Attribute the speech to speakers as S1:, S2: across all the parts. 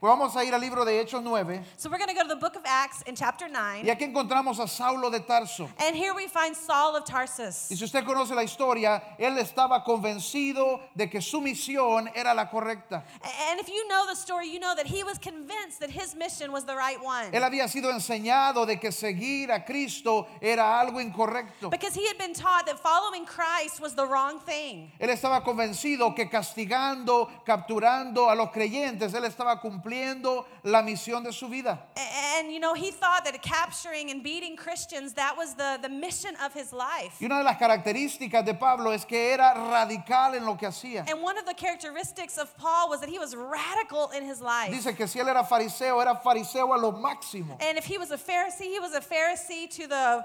S1: Pues vamos a ir al libro de Hechos 9
S2: So we're going to go to the book of Acts in chapter 9.
S1: y aquí encontramos a Saulo de Tarso.
S2: And here we find Saul of
S1: Y
S2: Tarsus.
S1: si usted conoce la historia, él estaba convencido de que su misión era la correcta.
S2: A- And if you know the story, you know that he was convinced that his mission was the right one.
S1: Él había sido enseñado de que seguir a Cristo era algo incorrecto.
S2: Because he had been taught that following Christ was the wrong thing.
S1: Él estaba convencido que castigando, capturando a los creyentes, él estaba cumpliendo la misión de su vida.
S2: A- And you know, he thought that capturing and beating Christians, that was the, the mission of his life.
S1: Y una de las características de Pablo es que era radical en lo que hacía.
S2: And one of the characteristics of Paul was that he was radical in his life.
S1: Dice que si él era fariseo, era fariseo a lo máximo.
S2: And if he was a Pharisee, he was a Pharisee to the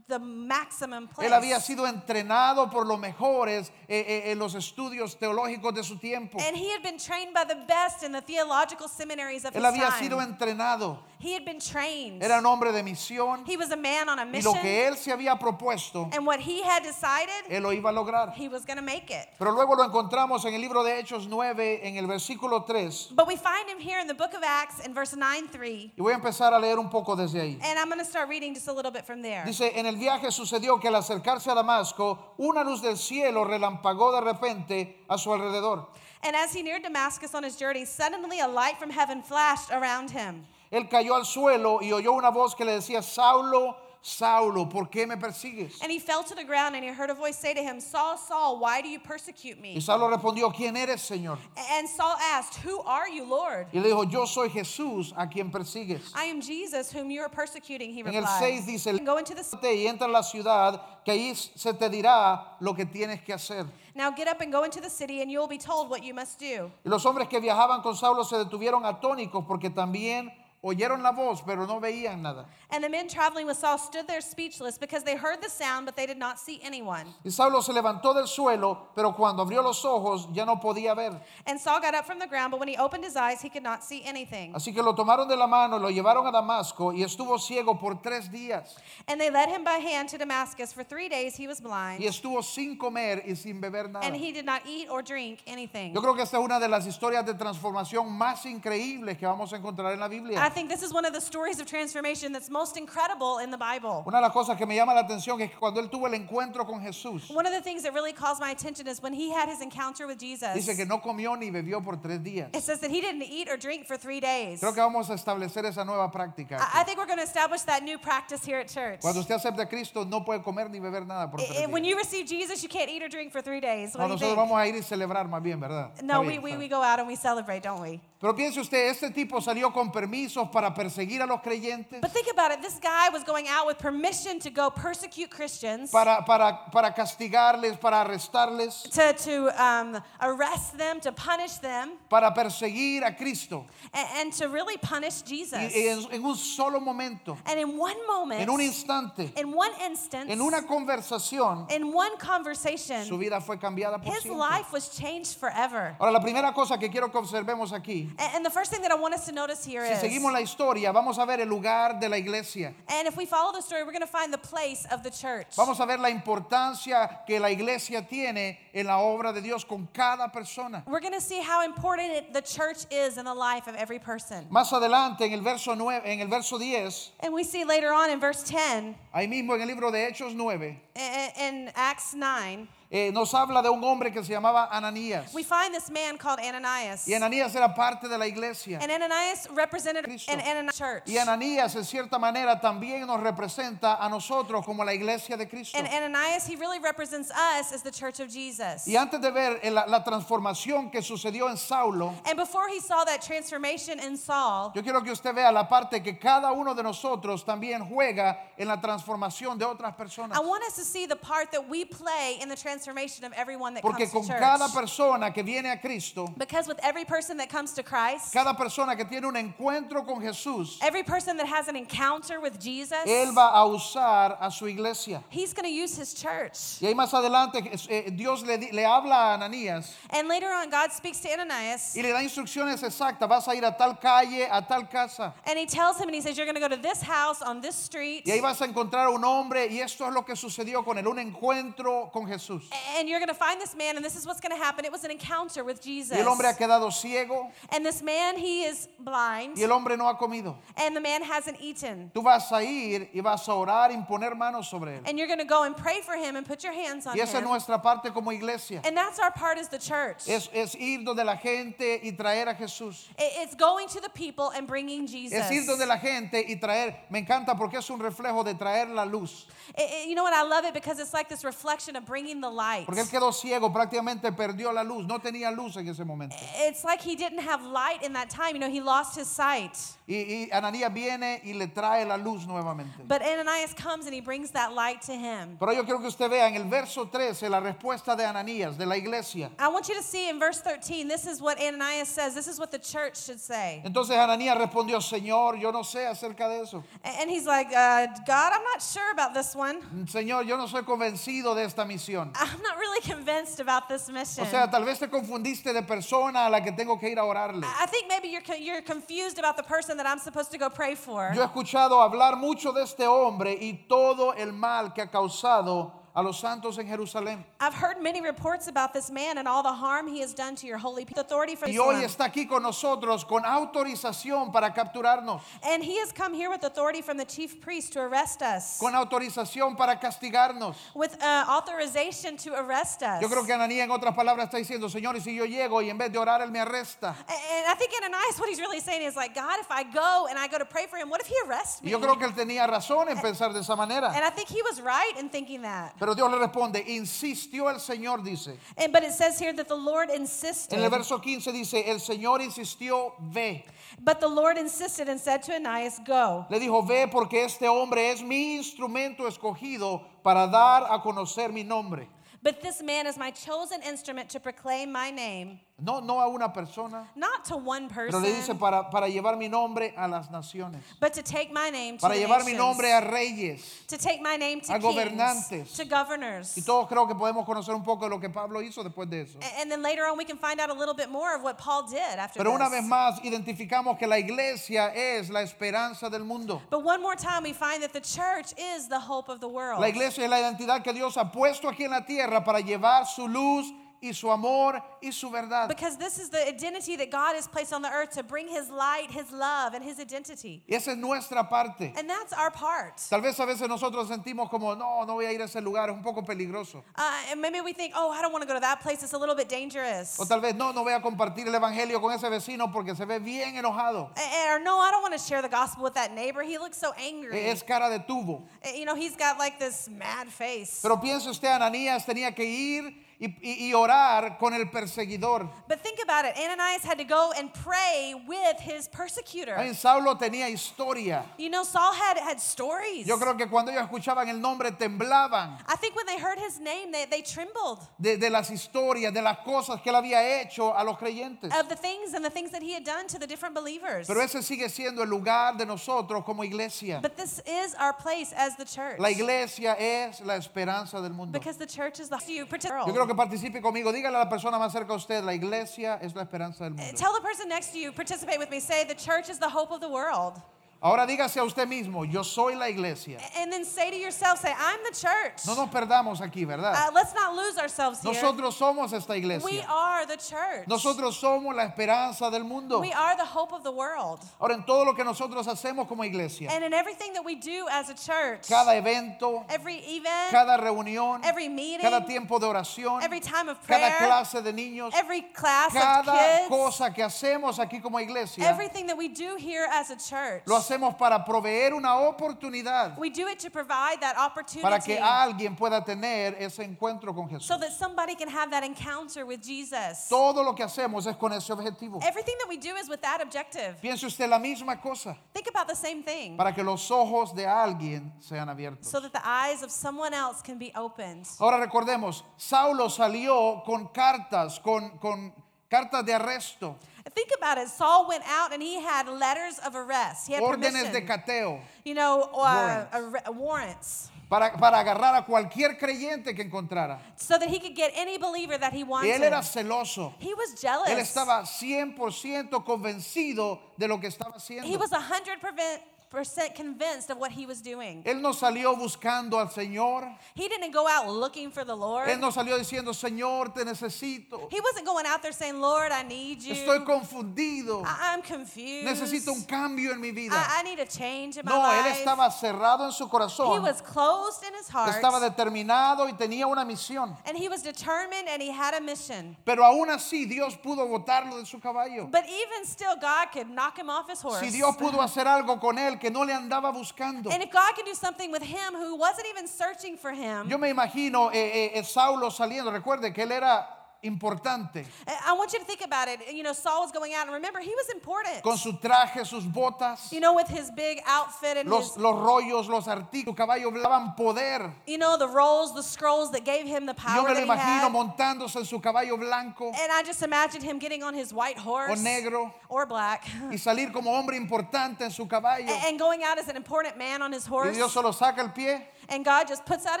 S2: the maximum place.
S1: Él había sido entrenado por los mejores eh, eh, en los estudios teológicos de su tiempo.
S2: And he had been trained by the best in the theological seminaries of
S1: Él
S2: his
S1: había
S2: time.
S1: sido entrenado.
S2: he had been trained.
S1: Era un hombre de misión.
S2: he was a man on a
S1: Y
S2: mission.
S1: lo que él se había propuesto,
S2: and what he had decided,
S1: él lo iba a lograr.
S2: he was going to make it.
S1: Pero luego lo encontramos en el libro de Hechos 9, en el versículo 3.
S2: But we find him here in the book of Acts in verse 9 3.
S1: Y voy a empezar a leer un poco desde ahí.
S2: And I'm going to start reading just a little bit from there.
S1: Dice, en el viaje sucedió que al acercarse a Damasco, una luz del cielo relampagó de repente a su alrededor.
S2: And as he neared Damascus on his journey, suddenly a light from heaven flashed around him.
S1: Él cayó al suelo y oyó una voz que le decía, Saulo, Saulo, ¿por qué me persigues?
S2: And he fell to the ground, and he heard a voice say to him, Saul, Saul, why do you persecute
S1: Y
S2: me?
S1: Saulo respondió, ¿quién eres, Señor?
S2: And Saul asked, Who are you, Lord?
S1: Y le dijo, yo soy Jesús a quien persigues.
S2: I am Jesus, whom you are persecuting, he
S1: En el
S2: replied.
S1: 6 dice,
S2: Go into the ci-
S1: levántate y entra a la ciudad, que ahí se te dirá lo que tienes que hacer.
S2: Now get up and go into the city, and you will be told what you must do.
S1: Y los hombres que viajaban con Saulo se detuvieron atónicos porque también oyeron la voz, pero no veían nada.
S2: And the men traveling with Saul stood there speechless because they heard the sound, but they did not see anyone.
S1: Y Saulo se levantó del suelo, pero cuando abrió los ojos ya no podía ver.
S2: And Saul got up from the ground, but when he opened his eyes, he could not see anything.
S1: Así que lo tomaron de la mano, lo llevaron a Damasco y estuvo ciego por tres días.
S2: And they led him by hand to Damascus. For three days he was
S1: Y
S2: blind,
S1: estuvo sin comer y sin beber nada.
S2: and he did not eat or drink anything.
S1: Yo creo que esta es una de las historias de transformación más increíbles que vamos a encontrar en la
S2: I
S1: Biblia.
S2: think this is one of the stories of transformation that's most incredible in the Bible.
S1: Una de las cosas que me llama la atención es que cuando él tuvo el encuentro con Jesús,
S2: One of the things that really calls my attention is when he had his encounter with Jesus.
S1: dice que no comió ni bebió por tres días.
S2: It says that he didn't eat or drink for three days.
S1: Creo que vamos a establecer esa nueva práctica.
S2: I, I think we're going to establish that new practice here at church.
S1: Cuando usted acepta a Cristo, no puede comer ni beber nada por
S2: I-
S1: tres
S2: I- Eh, when
S1: días.
S2: you receive Jesus, you can't eat or drink for three days.
S1: No,
S2: What do you
S1: nosotros
S2: think?
S1: vamos a ir y celebrar más bien, ¿verdad? Está
S2: No,
S1: bien,
S2: we, we,
S1: está
S2: we
S1: bien.
S2: go out and we celebrate, don't we?
S1: Pero piense usted, este tipo salió con permisos para perseguir a los creyentes,
S2: But think about it. This guy was going out with permission to go persecute Christians,
S1: para, para, para castigarles, para arrestarles,
S2: to, to um, arrest them, to punish them,
S1: para perseguir a Cristo.
S2: and, and to really punish
S1: Y-
S2: Jesus.
S1: y en, en un solo momento,
S2: and in one moment,
S1: en un instante,
S2: in one instance,
S1: en una conversación,
S2: in one conversation,
S1: su vida fue cambiada por Oh.
S2: his
S1: siempre.
S2: life was changed forever.
S1: Ahora, la primera cosa que quiero que observemos aquí,
S2: A- And the first thing that I want us to notice here
S1: si
S2: is,
S1: seguimos la historia, vamos a ver el lugar de la iglesia.
S2: and if we follow the story, we're going to find the place of the church.
S1: Vamos a ver la importancia que la iglesia tiene en la obra de Dios con cada persona.
S2: We're going to see how important it, the church is in the life of every person.
S1: Más adelante en el verso 9, en el verso 10,
S2: And we see later on in verse 10
S1: ahí mismo en el libro de Hechos 9,
S2: i- i- in Acts 9,
S1: eh, nos habla de un hombre que se llamaba Ananías.
S2: we find this man called Ananias.
S1: Y Ananías era parte de la iglesia.
S2: And Ananias represented
S1: Cristo.
S2: an Ananias church.
S1: Y Ananías en cierta manera también nos representa a nosotros como la iglesia de Cristo.
S2: And Ananias, he really represents us as the church of Jesus.
S1: Y antes de ver eh, la, la transformación que sucedió en Saulo,
S2: And before he saw that transformation in Saul,
S1: yo quiero que usted vea la parte que cada uno de nosotros también juega en la transformación de otras personas.
S2: I want us to see the part that we play in the transformation of everyone that
S1: Porque
S2: comes
S1: con
S2: to
S1: cada
S2: church.
S1: persona que viene a Cristo,
S2: Because with every person that comes to Christ,
S1: cada persona que tiene un encuentro con Jesús,
S2: every person that has an encounter with Jesus,
S1: Él va a usar a su iglesia.
S2: he's going to use his church.
S1: Y ahí más adelante eh, Dios le, di- le habla a Ananías
S2: And later on, God speaks to Ananias
S1: y le da instrucciones exactas. Vas a ir a tal calle, a tal casa.
S2: and he tells him, and he says, You're going to go to this house on this street.
S1: Y ahí vas a encontrar a un hombre y esto es lo que sucedió con él, un encuentro con Jesús. Jesús.
S2: And you're going to find this man, and this is what's going to happen. It was an encounter with
S1: Y
S2: Jesus.
S1: el hombre ha quedado ciego
S2: And this man, he is blind,
S1: y el hombre no ha comido.
S2: and the man hasn't eaten.
S1: Tú vas a ir y vas a orar, imponer manos sobre él.
S2: And you're going to go and pray for him and put your hands on
S1: Y esa es
S2: him.
S1: nuestra parte como iglesia.
S2: And that's our part as the church.
S1: Es, es ir donde la gente y traer a Jesús.
S2: It- It's going to the people and bringing Jesus.
S1: Es ir donde la gente y traer, me encanta porque es un reflejo de traer la luz.
S2: It- it- you know what? I love it because it's like this reflection of bringing the light.
S1: Porque él quedó ciego, prácticamente perdió la luz, no tenía luz en ese momento.
S2: It's like he didn't have light in that time. You know, he lost his sight.
S1: Y, y Ananías viene y le trae la luz nuevamente.
S2: But Ananias comes and he brings that light to him.
S1: Pero yo quiero que usted vea en el verso 13 la respuesta de Ananías, de la iglesia.
S2: I want you to see in verse 13, this is what Ananias says. This is what the church should say.
S1: Entonces Ananías respondió, Señor, yo no sé acerca de eso.
S2: A- And he's like, uh, God, I'm not sure about this one.
S1: Señor, yo no soy convencido de esta misión.
S2: I'm not really convinced about this mission.
S1: O sea,
S2: I
S1: tal vez te confundiste de persona a la que tengo que ir a orarle.
S2: I think maybe you're, co- you're confused about the person that I'm supposed to go pray for.
S1: Yo he escuchado hablar mucho de este hombre y todo el mal que ha causado a los santos en Jerusalén.
S2: I've heard many reports about this man and all the harm he has done to your holy people. Authority from
S1: Y hoy
S2: Jerusalem.
S1: está aquí con nosotros con autorización para capturarnos,
S2: And he has come here with authority from the chief priest to arrest us.
S1: con autorización para castigarnos.
S2: With uh, authorization to arrest us.
S1: Yo creo que Ananías en otras palabras está diciendo, Señor, y si yo llego y en vez de orar él me arresta.
S2: A- And I think Ananias, what he's really saying is like, God, if I go and I go to pray for him, what if he arrests
S1: Y
S2: me?
S1: yo creo que él tenía razón en pensar de esa manera.
S2: And I think he was right in thinking that.
S1: Pero Dios le responde, insistió el Señor, dice.
S2: And, but it says here that the Lord insisted.
S1: En el verso 15 dice, el Señor insistió, ve.
S2: But the Lord insisted and said to Ananias, Go.
S1: Le dijo, ve porque este hombre es mi instrumento escogido para dar a conocer mi nombre.
S2: But this man is my chosen instrument to proclaim my name,
S1: No, no a una persona,
S2: not to one
S1: pero
S2: person,
S1: le dice para, para llevar mi nombre a las naciones,
S2: but to take my name to
S1: para
S2: the
S1: llevar mi
S2: nations,
S1: nombre a reyes.
S2: to take my name to
S1: a
S2: kings,
S1: gobernantes.
S2: to governors.
S1: Y todos creo que podemos conocer un poco de lo que Pablo hizo después de eso.
S2: A- And then later on, we can find out a little bit more of what Paul did after
S1: Pero una
S2: this.
S1: vez más identificamos que la iglesia es la esperanza del mundo.
S2: But one more time, we find that the church is the hope of the world.
S1: La iglesia es la identidad que Dios ha puesto aquí en la tierra para llevar su luz y su amor y su verdad.
S2: Because this is the identity that God has placed on the earth to bring His light, His love, and His identity.
S1: Esa es nuestra parte.
S2: And that's our part.
S1: Tal vez a veces nosotros sentimos como, no, no voy a ir a ese lugar, es un poco peligroso.
S2: Uh, and maybe we think, oh, I don't want to go to that place. It's a little bit dangerous.
S1: O tal vez, no, no voy a compartir el evangelio con ese vecino porque se ve bien enojado.
S2: A- Or no, I don't want to share the gospel with that neighbor. He looks so angry.
S1: E- Es cara de tubo.
S2: Uh, You know, he's got like this mad face.
S1: Pero piense usted, Ananías tenía que ir y, y- y orar con el perseguidor.
S2: But think about it. Ananias had to go and pray with his persecutor.
S1: Ay, Saulo tenía historia.
S2: you know, Saul had, had stories.
S1: Yo creo que cuando ellos escuchaban el nombre temblaban
S2: I think when they heard his name, they, they trembled
S1: de, de las historias, de las cosas que él había hecho a los creyentes.
S2: of the things and the things that he had done to the different believers.
S1: Pero ese sigue siendo el lugar de nosotros como iglesia.
S2: But this is our place as the church.
S1: La iglesia es la esperanza del mundo.
S2: because the church is the you protect-
S1: Yo creo que participe conmigo. Dígale a la persona más cerca a usted, la iglesia es la esperanza del
S2: Uh,
S1: mundo.
S2: Tell the person next to you, participate with me. Say, the church is the hope of the world.
S1: Ahora dígase a usted mismo, yo soy la iglesia.
S2: A- And then say to yourself, say, I'm the church.
S1: No nos perdamos aquí,
S2: Uh,
S1: ¿verdad?
S2: let's not lose ourselves here.
S1: Nosotros somos esta
S2: we
S1: iglesia.
S2: are the church.
S1: Nosotros somos la esperanza del mundo.
S2: we are the hope of the world.
S1: Ahora, en todo lo que nosotros hacemos como iglesia,
S2: And in everything that we do as a church,
S1: cada evento,
S2: every event,
S1: cada reunión,
S2: every meeting,
S1: cada tiempo de oración,
S2: every time of
S1: cada
S2: prayer,
S1: clase de niños,
S2: every class of
S1: cada
S2: kids,
S1: cosa que hacemos aquí como iglesia,
S2: everything that we do here as a church,
S1: lo hacemos para proveer una oportunidad
S2: we do it to provide that opportunity
S1: para que alguien pueda tener ese encuentro con Jesús.
S2: so that somebody can have that encounter with Jesus.
S1: Todo lo que hacemos es con ese objetivo.
S2: Everything that we do is with that objective.
S1: Piense usted la misma cosa
S2: Think about the same thing
S1: para que los ojos de alguien sean abiertos.
S2: so that the eyes of someone else can be opened.
S1: Ahora recordemos, Saulo salió con cartas, con, con cartas de arresto,
S2: Think about it. Saul went out and he had letters of arrest. He had
S1: órdenes de
S2: permission.
S1: cateo,
S2: you know, uh,
S1: Warrants.
S2: arre- warrants
S1: para, para agarrar a cualquier creyente que encontrara.
S2: so that he could get any believer that he
S1: Y
S2: wanted.
S1: él era celoso,
S2: he was jealous.
S1: él estaba 100% convencido de lo que estaba
S2: he
S1: haciendo.
S2: was 100% 100% convinced of what he was doing.
S1: Él no salió buscando al Señor.
S2: He didn't go out looking for the Lord.
S1: Él no salió diciendo, Señor, te necesito.
S2: He wasn't going out there saying, Lord, I need you.
S1: Estoy confundido.
S2: I- I'm confused.
S1: Necesito un cambio en mi vida.
S2: I, I need a change in my
S1: No, él
S2: life.
S1: estaba cerrado en su
S2: he
S1: corazón.
S2: was closed in his heart.
S1: Estaba determinado y tenía una misión.
S2: and he was determined and he had a mission.
S1: Pero aún así Dios pudo botarlo de su caballo.
S2: But even still, God could knock him off his horse.
S1: Si Dios pudo hacer algo con él que no le andaba buscando.
S2: and if God can do something with him who wasn't even searching for him,
S1: Yo me imagino eh, eh, eh, Saulo saliendo. Recuerde que él era importante.
S2: I I want you to think about it. You know, Saul was going out, and remember, he was important.
S1: Con su traje, sus botas,
S2: you know, with his big outfit and
S1: los,
S2: his,
S1: los rollos, los artículos, su caballo daban poder.
S2: you know, the rolls, the scrolls that gave him the power
S1: Yo me
S2: that
S1: lo
S2: he had.
S1: imagino montándose en su caballo blanco
S2: and I just imagined him getting on his white horse
S1: o negro
S2: or black
S1: y salir como hombre importante en su caballo.
S2: a- and going out as an important man on his
S1: Y
S2: horse.
S1: Dios solo saca el pie
S2: and God just puts out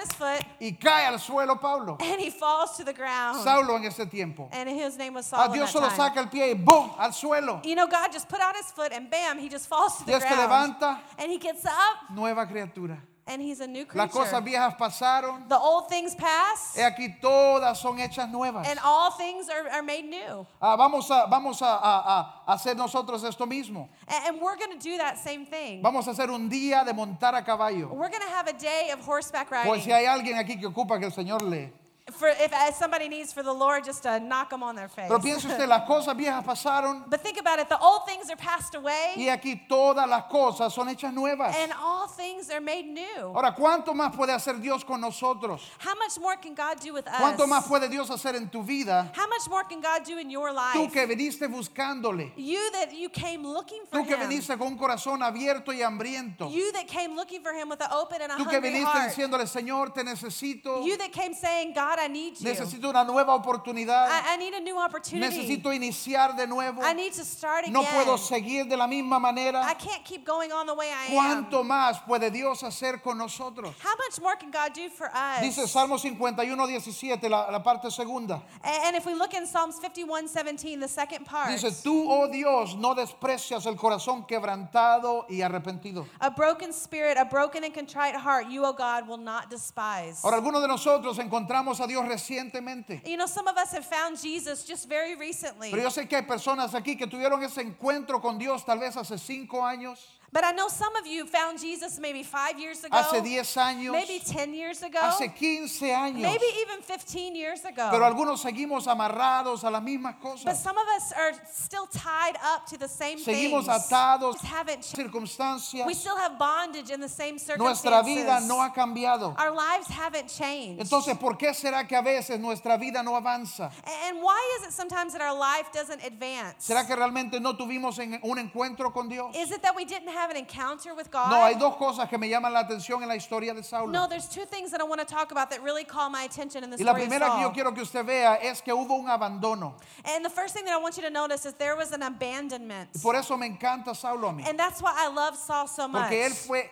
S2: his foot
S1: y cae al suelo Pablo.
S2: and he falls to the ground.
S1: Saulo en ese tiempo.
S2: and his name was Saul.
S1: A
S2: at
S1: Ah, Dios
S2: that
S1: solo
S2: time.
S1: saca el pie y ¡boom! al suelo.
S2: You know, God just put out his foot and bam, he just falls to the
S1: Dios te
S2: ground.
S1: levanta,
S2: And he gets up
S1: nueva criatura.
S2: and he's a new
S1: Las
S2: creature.
S1: cosas viejas pasaron.
S2: the old things pass
S1: He aquí todas son hechas nuevas.
S2: and all things are, are made new.
S1: Ah, vamos a, vamos a, a- a hacer nosotros esto mismo.
S2: And, and we're going to do that same thing.
S1: Vamos a hacer un día de montar a caballo.
S2: We're going to have a day of horseback riding.
S1: Pues si hay alguien aquí que ocupa que el Señor le.
S2: for if uh, somebody needs for the Lord just to knock them on their face.
S1: Pero piense usted, las cosas viejas pasaron
S2: But think about it, the old things are passed away
S1: y aquí todas las cosas son hechas nuevas.
S2: and all things are made new.
S1: Ahora, ¿cuánto más puede hacer Dios con nosotros?
S2: How much more can God do with us?
S1: ¿Cuánto más puede Dios hacer en tu vida?
S2: How much more can God do in your
S1: Tú
S2: life?
S1: que viniste buscándole.
S2: You that you came looking for
S1: Tú que
S2: him.
S1: viniste con un corazón abierto y hambriento.
S2: You that came looking for him with an open and a
S1: Tú que
S2: hungry
S1: viniste
S2: heart.
S1: diciéndole, Señor, te necesito.
S2: You that came saying, God, I need you.
S1: Necesito una nueva oportunidad.
S2: I, I need a new opportunity.
S1: Necesito iniciar de nuevo.
S2: I need to start again.
S1: No puedo seguir de la misma
S2: I
S1: manera.
S2: can't keep going on the way I am.
S1: ¿Cuánto más puede Dios hacer con nosotros?
S2: How much more can God do for us?
S1: Dice Salmo 51, 17, la, la parte segunda.
S2: A- and if we look in Psalms 51, 17, the second part.
S1: Dice, tú, oh Dios, no desprecias el corazón quebrantado y arrepentido.
S2: a broken spirit, a broken and contrite heart, you, O God, will not despise.
S1: Ahora, algunos de nosotros encontramos a Dios recientemente.
S2: you know, some of us have found Jesus just very recently.
S1: Pero yo sé que hay personas aquí que tuvieron ese encuentro con Dios tal vez hace cinco años,
S2: But I know some of you found Jesus maybe five years ago,
S1: hace 10 años,
S2: maybe 10 years ago.
S1: hace 15 años.
S2: Maybe even 15 years ago.
S1: Pero algunos seguimos amarrados a las mismas
S2: but
S1: cosas.
S2: some of us are still tied up to the same
S1: Seguimos
S2: things.
S1: atados
S2: Just haven't changed.
S1: circumstancias.
S2: We still have bondage in the same circumstances.
S1: Nuestra vida no ha cambiado.
S2: Our lives haven't changed.
S1: Entonces, ¿por qué será que a veces nuestra vida no avanza?
S2: and why is it sometimes that our life doesn't advance?
S1: ¿Será que realmente no tuvimos en- un encuentro con Dios?
S2: Is it that we didn't have an encounter with God?
S1: No, hay dos cosas que me llaman la atención en la historia de Saulo.
S2: No, there's two things that I want to talk about that really call my attention in the
S1: Y la
S2: story of
S1: primera que yo
S2: Saul.
S1: quiero que usted vea es que hubo un abandono.
S2: And the first thing that I want you to notice is there was an abandonment.
S1: Y por eso me encanta Saulo a mí.
S2: And that's why I love Saul so much.
S1: Porque él fue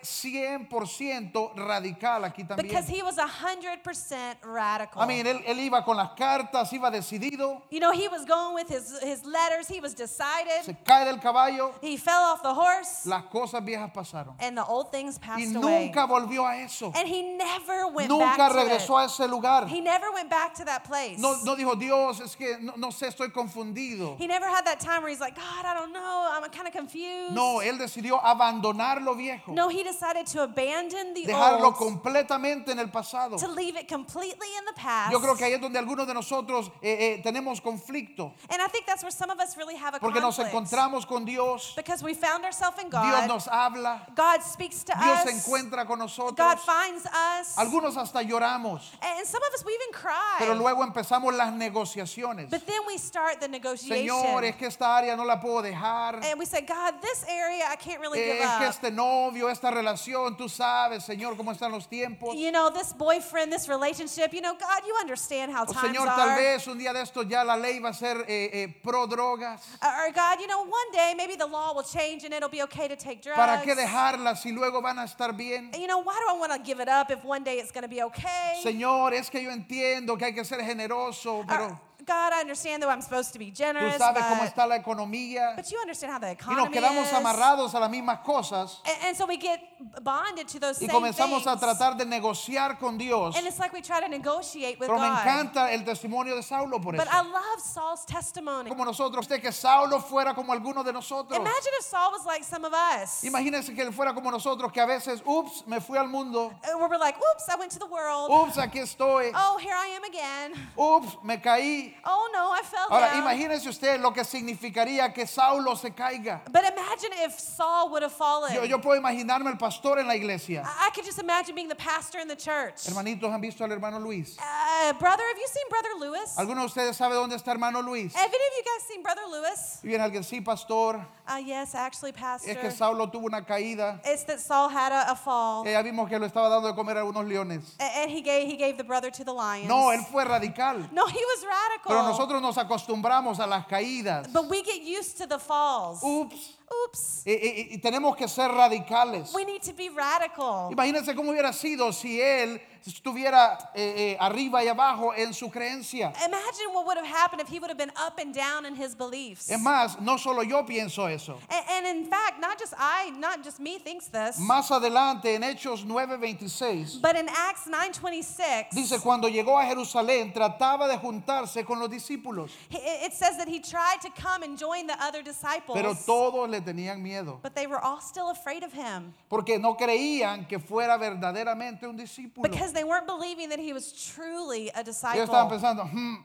S1: 100% radical aquí también.
S2: Because he was 100% radical.
S1: I mean, él, él iba con las cartas, iba decidido,
S2: You know, he was going with his, his letters. He was decided.
S1: se cae del caballo,
S2: He fell off the horse,
S1: las cosas viejas pasaron.
S2: and the old things
S1: Y
S2: passed away.
S1: nunca volvió a eso.
S2: And he never went
S1: Nunca
S2: back
S1: regresó a ese lugar.
S2: to it. He never went back to that place.
S1: No, no dijo, Dios, es que no, no sé, estoy confundido.
S2: He never had that time where he's like, God, I don't know. I'm kind of confused.
S1: No, él decidió abandonar lo viejo,
S2: No, he decided to abandon the
S1: dejarlo
S2: old,
S1: completamente en el pasado.
S2: to leave it completely in the past.
S1: Yo creo que ahí es donde algunos de nosotros eh, eh, tenemos conflicto,
S2: and I think that's where some of us really have a
S1: porque nos
S2: conflict.
S1: encontramos con Dios,
S2: because we found ourselves in
S1: Dios
S2: God.
S1: nos habla,
S2: God speaks to
S1: Dios
S2: us.
S1: se encuentra con nosotros.
S2: God finds us.
S1: Algunos hasta lloramos,
S2: And some of us, we even cry.
S1: pero luego empezamos las negociaciones.
S2: but then we start the negotiation.
S1: Señor, es que esta área no la puedo dejar.
S2: and we say, God, this area, I can't really
S1: Eh,
S2: give
S1: Es que
S2: up.
S1: este novio, esta relación, tú sabes, Señor, cómo están los tiempos.
S2: You know, this boyfriend, this relationship, you know, God, you understand how
S1: O
S2: times
S1: Oh, Señor,
S2: are.
S1: tal vez un día de esto ya la ley va a ser eh, eh, pro drogas.
S2: Or, or God, you know, one day maybe the law will change and it'll be okay to take drugs.
S1: ¿Para qué dejarlas si luego van a estar bien?
S2: And you know, why do I want to give it up if one day it's going to be okay?
S1: Señor, es que yo entiendo que hay que ser generoso,
S2: Or,
S1: pero
S2: God, I understand though I'm supposed to be
S1: Tú
S2: generous,
S1: sabes cómo
S2: but,
S1: está la economía
S2: but you understand how the
S1: y nos
S2: economy
S1: quedamos
S2: is.
S1: amarrados a las mismas cosas
S2: And, and so we get bonded to those
S1: y
S2: same
S1: comenzamos a
S2: things.
S1: tratar de negociar con Dios.
S2: and it's like we try to negotiate with
S1: Pero me
S2: God.
S1: encanta el testimonio de Saulo por
S2: But I
S1: eso.
S2: love Saul's testimony.
S1: Como nosotros, usted que Saulo fuera como alguno de nosotros.
S2: Imagine if Saul was like some of us.
S1: Imagínense que él fuera como nosotros, que a veces, ups, me fui al mundo,
S2: Uh, Where we're like, oops, I went to the world.
S1: ups, aquí estoy,
S2: Oh, here I am again.
S1: ups, me caí.
S2: Oh no, I fell
S1: Ahora,
S2: down.
S1: imagínense usted lo que significaría que Saulo se caiga.
S2: But imagine if Saul would have fallen.
S1: Yo, yo puedo imaginarme al pastor en la iglesia.
S2: I I could just imagine being the pastor in the church.
S1: Hermanitos, ¿han visto al hermano Luis?
S2: Uh, brother, have you seen Brother Lewis? Have
S1: ¿Alguno de ustedes sabe dónde está hermano Luis?
S2: any of you guys seen Brother Lewis?
S1: Y viene alguien, sí, pastor,
S2: Uh, yes, actually, Pastor.
S1: es que Saulo tuvo una caída.
S2: It's that Saul had a, a fall,
S1: Eh, Ya vimos que lo estaba dando de comer a unos leones.
S2: a- and he gave he gave the brother to the lions.
S1: No, él fue radical.
S2: No, he was radical.
S1: Pero nosotros nos acostumbramos a las caídas.
S2: But we get used to the falls.
S1: Ups.
S2: Oops.
S1: Y, y- y tenemos que ser radicales.
S2: We need to be radical.
S1: Imagínense cómo hubiera sido si él estuviera eh, eh, arriba y abajo en su creencia.
S2: Imagine what would have happened if he would have been up and down in his beliefs.
S1: Es más, no solo yo pienso eso.
S2: A- And, in fact, not just I, not just me thinks this,
S1: Más adelante, en Hechos 9:26,
S2: but in Acts 9:26,
S1: dice, cuando llegó a Jerusalén, trataba de juntarse con los discípulos,
S2: he- it it says that he tried to come and join the other disciples,
S1: pero todos le tenían miedo,
S2: but they were all still afraid of him
S1: porque no creían que fuera verdaderamente un discípulo.
S2: because they weren't believing that he was truly a
S1: Ellos estaban
S2: disciple.
S1: pensando, "Hmm,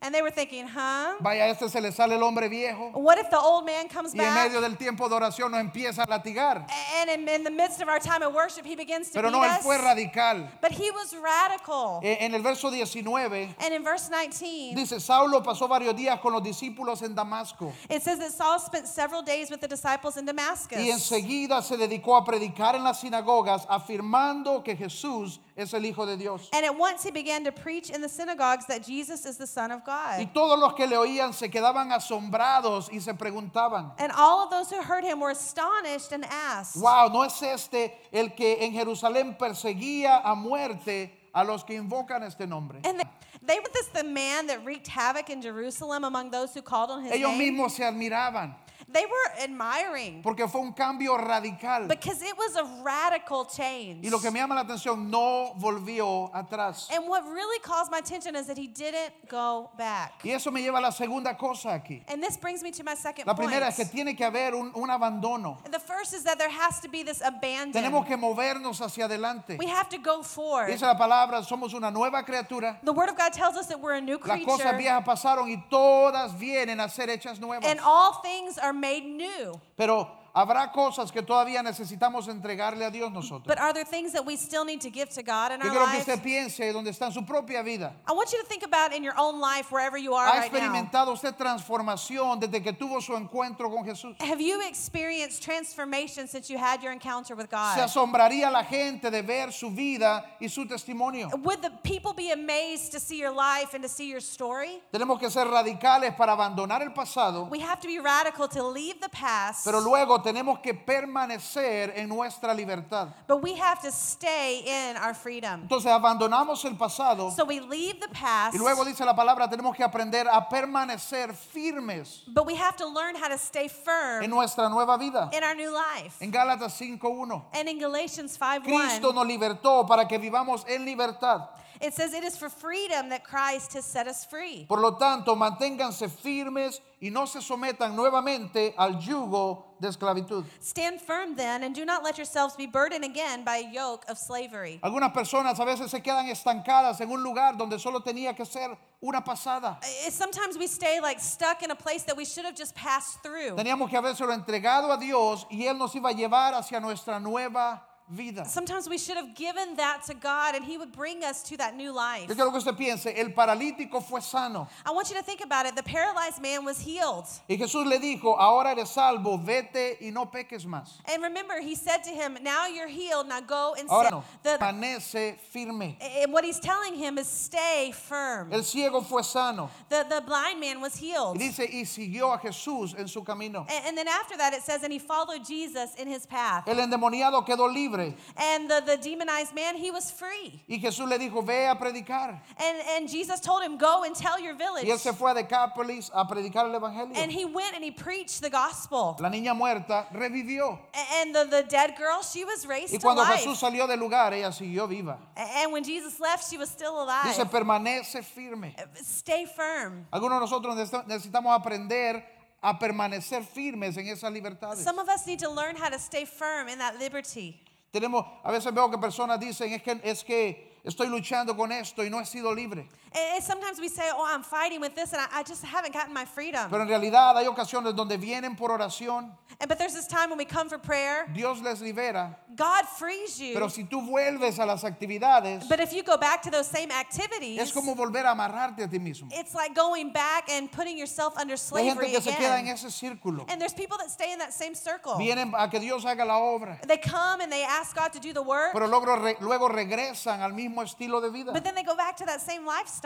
S2: And they were thinking, huh?
S1: vaya, a este se le sale el hombre viejo.
S2: What if the old man comes
S1: Y en
S2: back?
S1: medio del tiempo de oración nos empieza a latigar.
S2: And in, in the midst of our time of worship, he begins to
S1: Pero
S2: beat
S1: no, él
S2: us.
S1: fue radical.
S2: But he was radical.
S1: Eh, En el verso 19
S2: and in verse 19,
S1: dice, Saulo pasó varios días con los discípulos en Damasco
S2: it says that Saul spent several days with the disciples in Damascus.
S1: y enseguida se dedicó a predicar en las sinagogas afirmando que Jesús es el Hijo de Dios.
S2: And at once he began to preach in the synagogues that Jesus is the Son of
S1: Y
S2: God.
S1: todos los que le oían se quedaban asombrados y se preguntaban,
S2: And all of those who heard him were astonished and asked,
S1: wow, ¿no es este el que en Jerusalén perseguía a muerte a los que invocan este nombre?
S2: And they, they were this the man that wreaked havoc in Jerusalem among those who called on his
S1: Ellos
S2: name.
S1: mismos se admiraban
S2: They were admiring
S1: porque fue un cambio radical.
S2: because it was a radical change.
S1: Y lo que me llama la atención, no volvió atrás.
S2: And what really calls my attention is that he didn't go back.
S1: Y eso me lleva a la segunda cosa aquí.
S2: And this brings me to my second
S1: La
S2: point.
S1: primera es que tiene que haber un, un abandono.
S2: the first is that there has to be this abandon.
S1: Tenemos que movernos hacia adelante.
S2: we have to go forward.
S1: Dice la palabra, somos una nueva criatura.
S2: the Word of God tells us that we're a new
S1: Las
S2: creature.
S1: cosas viejas pasaron y todas vienen a ser hechas nuevas.
S2: And all things are made new.
S1: Pero habrá cosas que todavía necesitamos entregarle a Dios nosotros.
S2: But are there things that we still need to give to God in
S1: Yo
S2: our
S1: quiero que
S2: life?
S1: usted piense donde está en su propia vida.
S2: I want you to think about in your own life, wherever you are
S1: ¿Ha
S2: right now.
S1: experimentado usted transformación desde que tuvo su encuentro con Jesús?
S2: Have you experienced transformation since you had your encounter with God?
S1: Se asombraría la gente de ver su vida y su testimonio.
S2: Would the people be amazed to see your life and to see your story?
S1: Tenemos que ser radicales para abandonar el pasado,
S2: We have to be radical to leave the past,
S1: pero luego tenemos que permanecer en nuestra libertad.
S2: but we have to stay in our freedom.
S1: Entonces abandonamos el pasado
S2: So we leave the past,
S1: y luego dice la palabra, tenemos que aprender a permanecer firmes
S2: but we have to learn how to stay
S1: en
S2: firm
S1: nuestra nueva vida.
S2: in our new life.
S1: En Gálatas 5.1,
S2: And in Galatians 5
S1: Cristo nos libertó para que vivamos en libertad.
S2: It says, It is for freedom that Christ has set us free.
S1: Por lo tanto, manténganse firmes y no se sometan nuevamente al yugo de esclavitud.
S2: Stand firm then, and do not let yourselves be burdened again by a yoke of slavery.
S1: Algunas personas a veces se quedan estancadas en un lugar donde solo tenía que ser una pasada.
S2: Uh, Sometimes we stay like stuck in a place that we should have just passed through.
S1: Teníamos que habérselo entregado a Dios y Él nos iba a llevar hacia nuestra nueva vida.
S2: Sometimes we should have given that to God, and He would bring us to that new life.
S1: Yo quiero que usted piense, el paralítico fue sano
S2: I want you to think about it. The paralyzed man was healed.
S1: y Jesús le dijo, ahora eres salvo, vete y no peques más.
S2: And remember, He said to him, Now you're healed, now go and
S1: Ahora
S2: sin."
S1: no,
S2: The-
S1: permanece firme.
S2: and what He's telling him is stay firm.
S1: El ciego fue sano
S2: The, the blind man was healed.
S1: y dice, y siguió a Jesús en su camino.
S2: And, and then after that, it says, and he followed Jesus in his path.
S1: El endemoniado quedó hombre.
S2: And the, the demonized man, he was free.
S1: Y Jesús le dijo, ve a predicar.
S2: And, and Jesus told him, Go and tell your village.
S1: Y él se fue a Decápolis a predicar el
S2: And
S1: Evangelio.
S2: he went and he preached the gospel.
S1: La niña muerta revivió.
S2: A- And the, the dead girl, she was raised
S1: Y cuando
S2: alive.
S1: Jesús salió del lugar, ella siguió viva.
S2: A- And when Jesus left, she was still alive.
S1: Dice, permanece firme.
S2: Stay firm.
S1: Algunos de nosotros necesita- necesitamos aprender a permanecer firmes en esas libertades.
S2: Some of us need to learn how to stay firm in that liberty.
S1: Tenemos, a veces veo que personas dicen, es que, es que estoy luchando con esto y no he sido libre.
S2: And, and sometimes we say, Oh, I'm fighting with this, and I, I just haven't gotten my freedom.
S1: Pero en realidad hay ocasiones donde vienen por oración,
S2: and, but there's this time when we come for prayer,
S1: Dios les libera,
S2: God frees you.
S1: pero si tú vuelves a las actividades,
S2: but if you go back to those same activities,
S1: es como volver a amarrarte a ti mismo.
S2: it's like going back and putting yourself under
S1: Hay gente
S2: slavery
S1: que se queda en
S2: again.
S1: ese círculo.
S2: And there's people that stay in that same circle.
S1: Vienen a que Dios haga la obra,
S2: They come and they ask God to do the work,
S1: pero luego, re- luego regresan al mismo estilo de vida.
S2: but then they go back to that same lifestyle.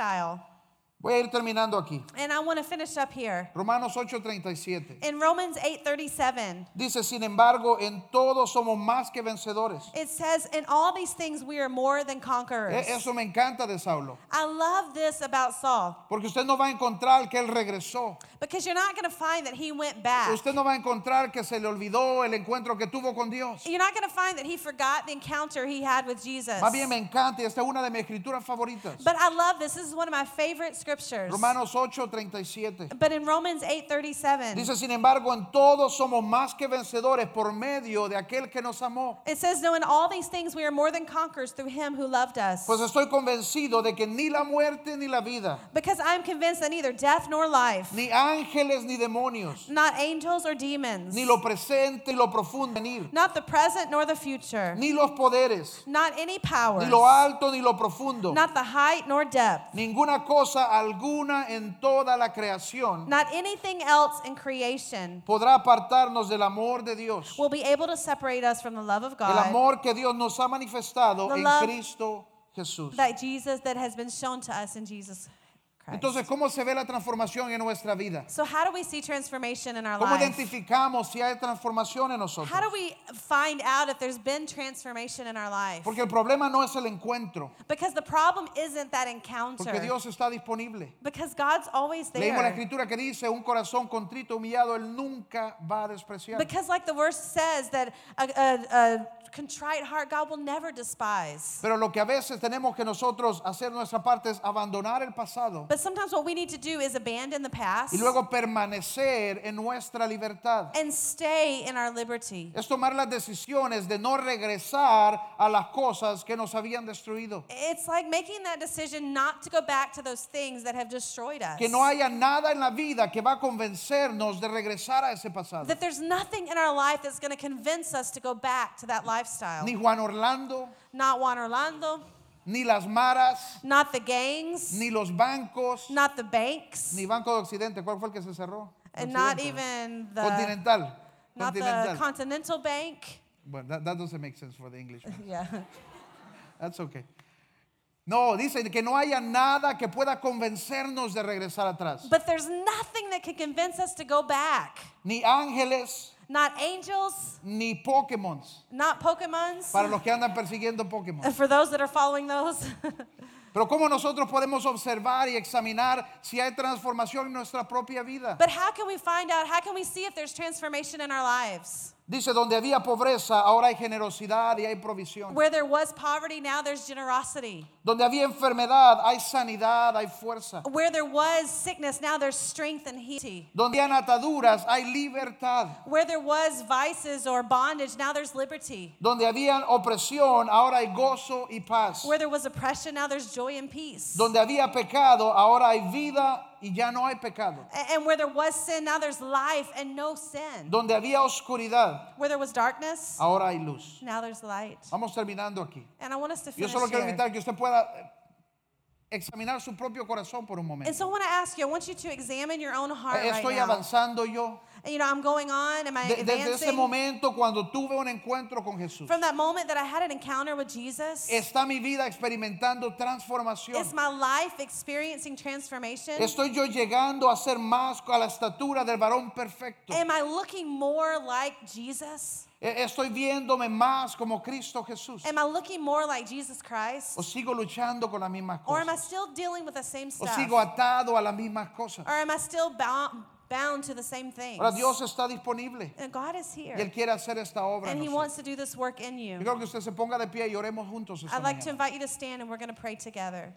S1: Voy a ir terminando aquí.
S2: And I want to finish up here.
S1: Romanos 8:37.
S2: In Romans 8:37,
S1: Dice, sin embargo, en todo somos más que vencedores.
S2: it says, "In all these things we are more than conquerors."
S1: E- Eso me encanta de Saulo,
S2: I love this about Saul
S1: porque usted no va a encontrar que él regresó.
S2: because you're not going to find that he went back.
S1: Usted no va a encontrar que se le olvidó el encuentro que tuvo con Dios.
S2: You're not going to find that he forgot the encounter he had with Jesus.
S1: Más bien me encanta y esta es una de mis escrituras favoritas.
S2: But I love this. This is one of my favorite scriptures.
S1: Romanos 8:37.
S2: But in Romans 8:37,
S1: Dice, sin embargo, en todo somos más que vencedores por medio de aquel que nos amó.
S2: it says, "No, in all these things we are more than conquerors through him who loved us."
S1: Pues estoy convencido de que ni la muerte ni la vida,
S2: Because I am convinced that neither death nor life,
S1: ni ángeles ni demonios,
S2: not angels or demons,
S1: ni lo presente ni lo profundo, venir,
S2: not the present nor the future,
S1: ni los poderes,
S2: not any powers,
S1: ni lo alto ni lo profundo,
S2: not the height nor depth,
S1: ninguna cosa alguna en toda la creación
S2: not anything else in creation
S1: podrá apartarnos del amor de Dios,
S2: will be able to separate us from the love of
S1: el
S2: God
S1: amor que Dios nos ha manifestado
S2: The
S1: en
S2: love-
S1: Cristo Jesús.
S2: that Jesus that has been shown to us in Jesus Christ.
S1: Entonces, ¿cómo se ve la transformación en nuestra vida?
S2: so how do we see transformation in our
S1: ¿Cómo
S2: life?
S1: identificamos si hay transformación en nosotros?
S2: How do we find out if there's been transformation in our life?
S1: Porque el problema no es el encuentro,
S2: Because the problem isn't that encounter.
S1: porque Dios está disponible.
S2: because God's always there.
S1: Leímos la escritura que dice, un corazón contrito, humillado, Él nunca va a despreciar.
S2: Because, like the verse says, that a, a, a contrite heart God will never despise.
S1: Pero lo que a veces tenemos que nosotros hacer nuestra parte es abandonar el pasado
S2: But sometimes what we need to do is abandon the past
S1: y luego permanecer en nuestra libertad.
S2: and stay in our liberty.
S1: Es tomar las decisiones de no regresar a las cosas que nos habían destruido.
S2: It's like making that decision not to go back to those things that have destroyed us.
S1: Que no haya nada en la vida que va a convencernos de regresar a ese pasado.
S2: that there's nothing in our life that's going to convince us to go back to that lifestyle.
S1: Ni Juan Orlando,
S2: not Juan Orlando,
S1: ni las maras,
S2: not the gangs,
S1: ni los bancos,
S2: not the banks,
S1: ni Banco de Occidente. ¿Cuál fue el que se cerró?
S2: and Eh, not
S1: Occidente, ¿no?
S2: even the
S1: Continental.
S2: not the
S1: Continental.
S2: Continental Bank.
S1: Bueno, that, that doesn't make sense for the English.
S2: Yeah.
S1: That's okay. No, dice que no haya nada que pueda convencernos de regresar atrás.
S2: But there's nothing that can convince us to go back.
S1: Ni ángeles,
S2: Not angels,
S1: ni Pokémon.
S2: not Pokemons. uh,
S1: Para los que andan persiguiendo Pokémon.
S2: For those that are following those.
S1: Pero ¿cómo nosotros podemos observar y examinar si hay transformación en nuestra propia vida?
S2: but how can we find out? How can we see if there's transformation in our lives?
S1: Dice, donde había pobreza, ahora hay generosidad y hay provisión.
S2: Where there was poverty, now there's generosity.
S1: Donde había enfermedad, hay sanidad, hay fuerza.
S2: Where there was sickness, now there's strength and healing.
S1: Donde hay ataduras, hay libertad.
S2: Where there was vices or bondage, now there's liberty.
S1: Donde había opresión, ahora hay gozo y paz.
S2: Where there was oppression, now there's joy and peace.
S1: Donde había pecado, ahora hay vida y ya no hay pecado.
S2: A- And where there was sin, now there's life and no sin.
S1: Donde había oscuridad,
S2: Where there was darkness,
S1: ahora hay luz.
S2: now there's light.
S1: Vamos terminando aquí.
S2: And I want us to
S1: Yo
S2: finish
S1: solo quiero
S2: here.
S1: invitar que usted pueda eh, examinar su propio corazón por un
S2: And
S1: momento.
S2: so I want to ask you, I want you to examine your own heart right
S1: Estoy
S2: now.
S1: avanzando yo.
S2: you know, I'm going on, am I
S1: De- desde ese
S2: advancing?
S1: momento cuando tuve un encuentro con Jesús,
S2: From that moment that I had an encounter with Jesus,
S1: está mi vida experimentando transformación.
S2: is my life experiencing transformation?
S1: Estoy yo llegando a ser más a la estatura del varón perfecto.
S2: Am I looking more like Jesus?
S1: E- Estoy viéndome más como Cristo Jesús.
S2: Am I looking more like Jesus Christ?
S1: O sigo luchando con las mismas
S2: Or am I
S1: cosas.
S2: still dealing with the same
S1: O
S2: stuff?
S1: sigo atado a las mismas cosas.
S2: Or am I still bound, bound to the same things?
S1: Ahora Dios está disponible
S2: And God is here.
S1: y Él quiere hacer esta obra. en
S2: And He
S1: nosotros.
S2: wants to do this work in
S1: Yo
S2: you.
S1: creo que usted se ponga de pie y oremos juntos. esta
S2: I'd like to
S1: mañana.
S2: invite you to stand and we're going to pray together.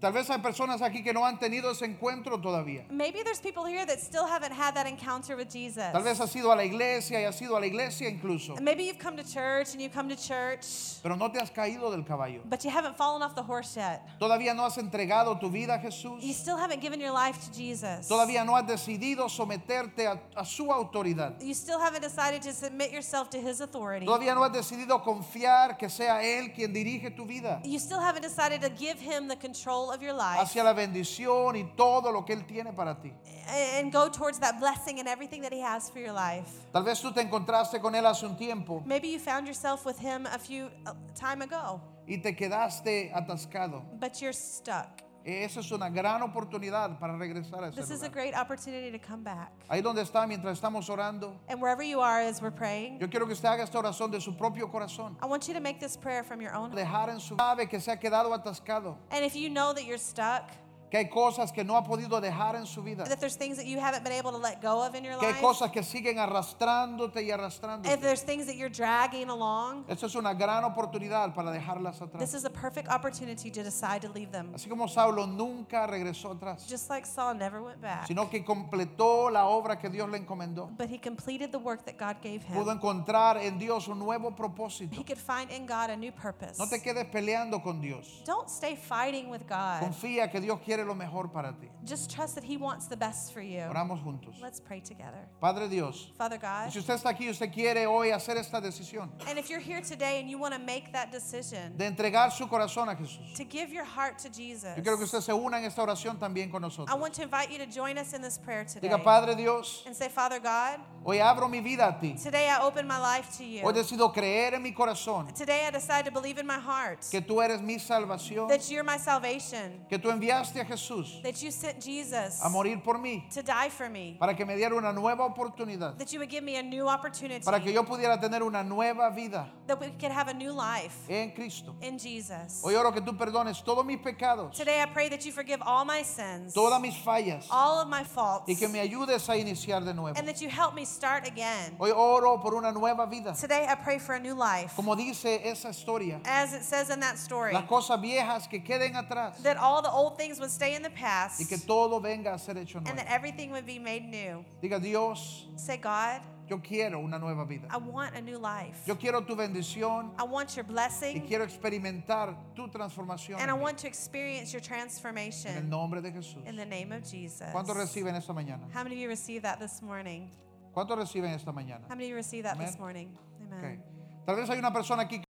S1: Tal vez hay personas aquí que no han tenido ese encuentro todavía.
S2: Maybe there's people here that still haven't had that encounter with Jesus.
S1: Tal vez has ido a la iglesia y has ido a la iglesia incluso,
S2: And Maybe you've come to church and you come to church,
S1: pero no te has caído del caballo.
S2: but you haven't fallen off the horse yet.
S1: Todavía no has entregado tu vida a
S2: You
S1: Jesús.
S2: still haven't given your life to Jesus.
S1: Todavía no has decidido someterte a, a su autoridad.
S2: You still haven't decided to submit yourself to His authority.
S1: Todavía no has decidido confiar que sea Él quien dirige tu vida
S2: You still haven't decided to give Him the control of your life
S1: hacia la bendición y todo lo que Él tiene para ti.
S2: and go towards that blessing and everything that He has for your life.
S1: Tal vez tú te encontraste con Él hace un tiempo
S2: Maybe you found yourself with Him a few uh, time ago,
S1: y te quedaste atascado.
S2: but you're stuck.
S1: Eh, Esa es una gran oportunidad para regresar a ese
S2: This is a
S1: lugar.
S2: great opportunity to come back.
S1: Ahí donde está, mientras estamos orando,
S2: And wherever you are as we're praying,
S1: yo quiero que usted haga esta oración de su propio corazón.
S2: I want you to make this prayer from your own.
S1: Dejar en su sabe que se ha quedado atascado,
S2: And if you know that you're stuck,
S1: que hay cosas que no ha podido dejar en su vida,
S2: that there's things that you haven't been able to let go of in your
S1: que hay
S2: life,
S1: cosas que siguen arrastrándote y
S2: if
S1: arrastrándote.
S2: there's things that you're dragging along,
S1: Esa es una gran oportunidad para dejarlas
S2: this
S1: atrás.
S2: is a perfect opportunity to decide to leave them.
S1: Así como Saulo nunca regresó atrás,
S2: Just like Saul never went back,
S1: sino que completó la obra que Dios le encomendó.
S2: but he completed the work that God gave
S1: Pudo
S2: him.
S1: encontrar en Dios un nuevo
S2: He
S1: propósito.
S2: could find in God a new purpose.
S1: No te quedes peleando con Dios.
S2: Don't stay fighting with God.
S1: Confía que Dios quiere lo mejor para ti.
S2: Just trust that He wants the best for you.
S1: Oramos juntos.
S2: Let's pray together.
S1: Padre Dios,
S2: Father
S1: y
S2: God,
S1: si usted está aquí y usted quiere hoy hacer esta decisión
S2: and if you're here today and you want to make that decision
S1: de entregar su corazón a Jesús,
S2: to give your heart to
S1: yo quiero que usted
S2: Jesus,
S1: se una en esta oración también con
S2: I
S1: nosotros.
S2: want to invite you to join us in this prayer today
S1: Diga, Padre Dios,
S2: and say, Father God,
S1: hoy abro mi vida a ti.
S2: today I open my life to you.
S1: Hoy decido creer en mi corazón
S2: Today I decide to believe in my heart
S1: que tú eres mi salvación,
S2: that you're my salvation,
S1: que tú enviaste a Jesús
S2: that you sent Jesus
S1: a morir por mí
S2: to die for me,
S1: para que me diera una nueva oportunidad,
S2: that you would give me a new opportunity,
S1: para que yo pudiera tener una nueva vida
S2: that we could have a new life
S1: en Cristo.
S2: in Jesus.
S1: Hoy oro que tú perdones todos mis pecados,
S2: Today I pray that you forgive all my sins,
S1: todas mis fallas
S2: all of my faults,
S1: y que me ayudes a iniciar de nuevo.
S2: and that you help me start again.
S1: Hoy oro por una nueva vida.
S2: Today I pray for a new life.
S1: Como dice esa historia,
S2: As it says in that story,
S1: las cosas viejas que queden atrás
S2: that all the old things would stay in the past
S1: y que todo venga a ser hecho
S2: and
S1: nuevo.
S2: that everything would be made new.
S1: Diga, Dios,
S2: Say, God,
S1: yo quiero una nueva vida.
S2: I want a new life.
S1: Yo quiero tu bendición
S2: I want your
S1: y
S2: blessing
S1: quiero experimentar tu transformación.
S2: and I
S1: en mí.
S2: want to experience your
S1: En el
S2: transformation
S1: nombre de Jesús.
S2: in the name of Jesus.
S1: ¿Cuántos reciben esta mañana?
S2: How many of you received that this morning?
S1: ¿Cuántos reciben esta mañana?
S2: How many of you received that
S1: Amen.
S2: this morning? Amen.
S1: Ok. Tal vez hay una persona aquí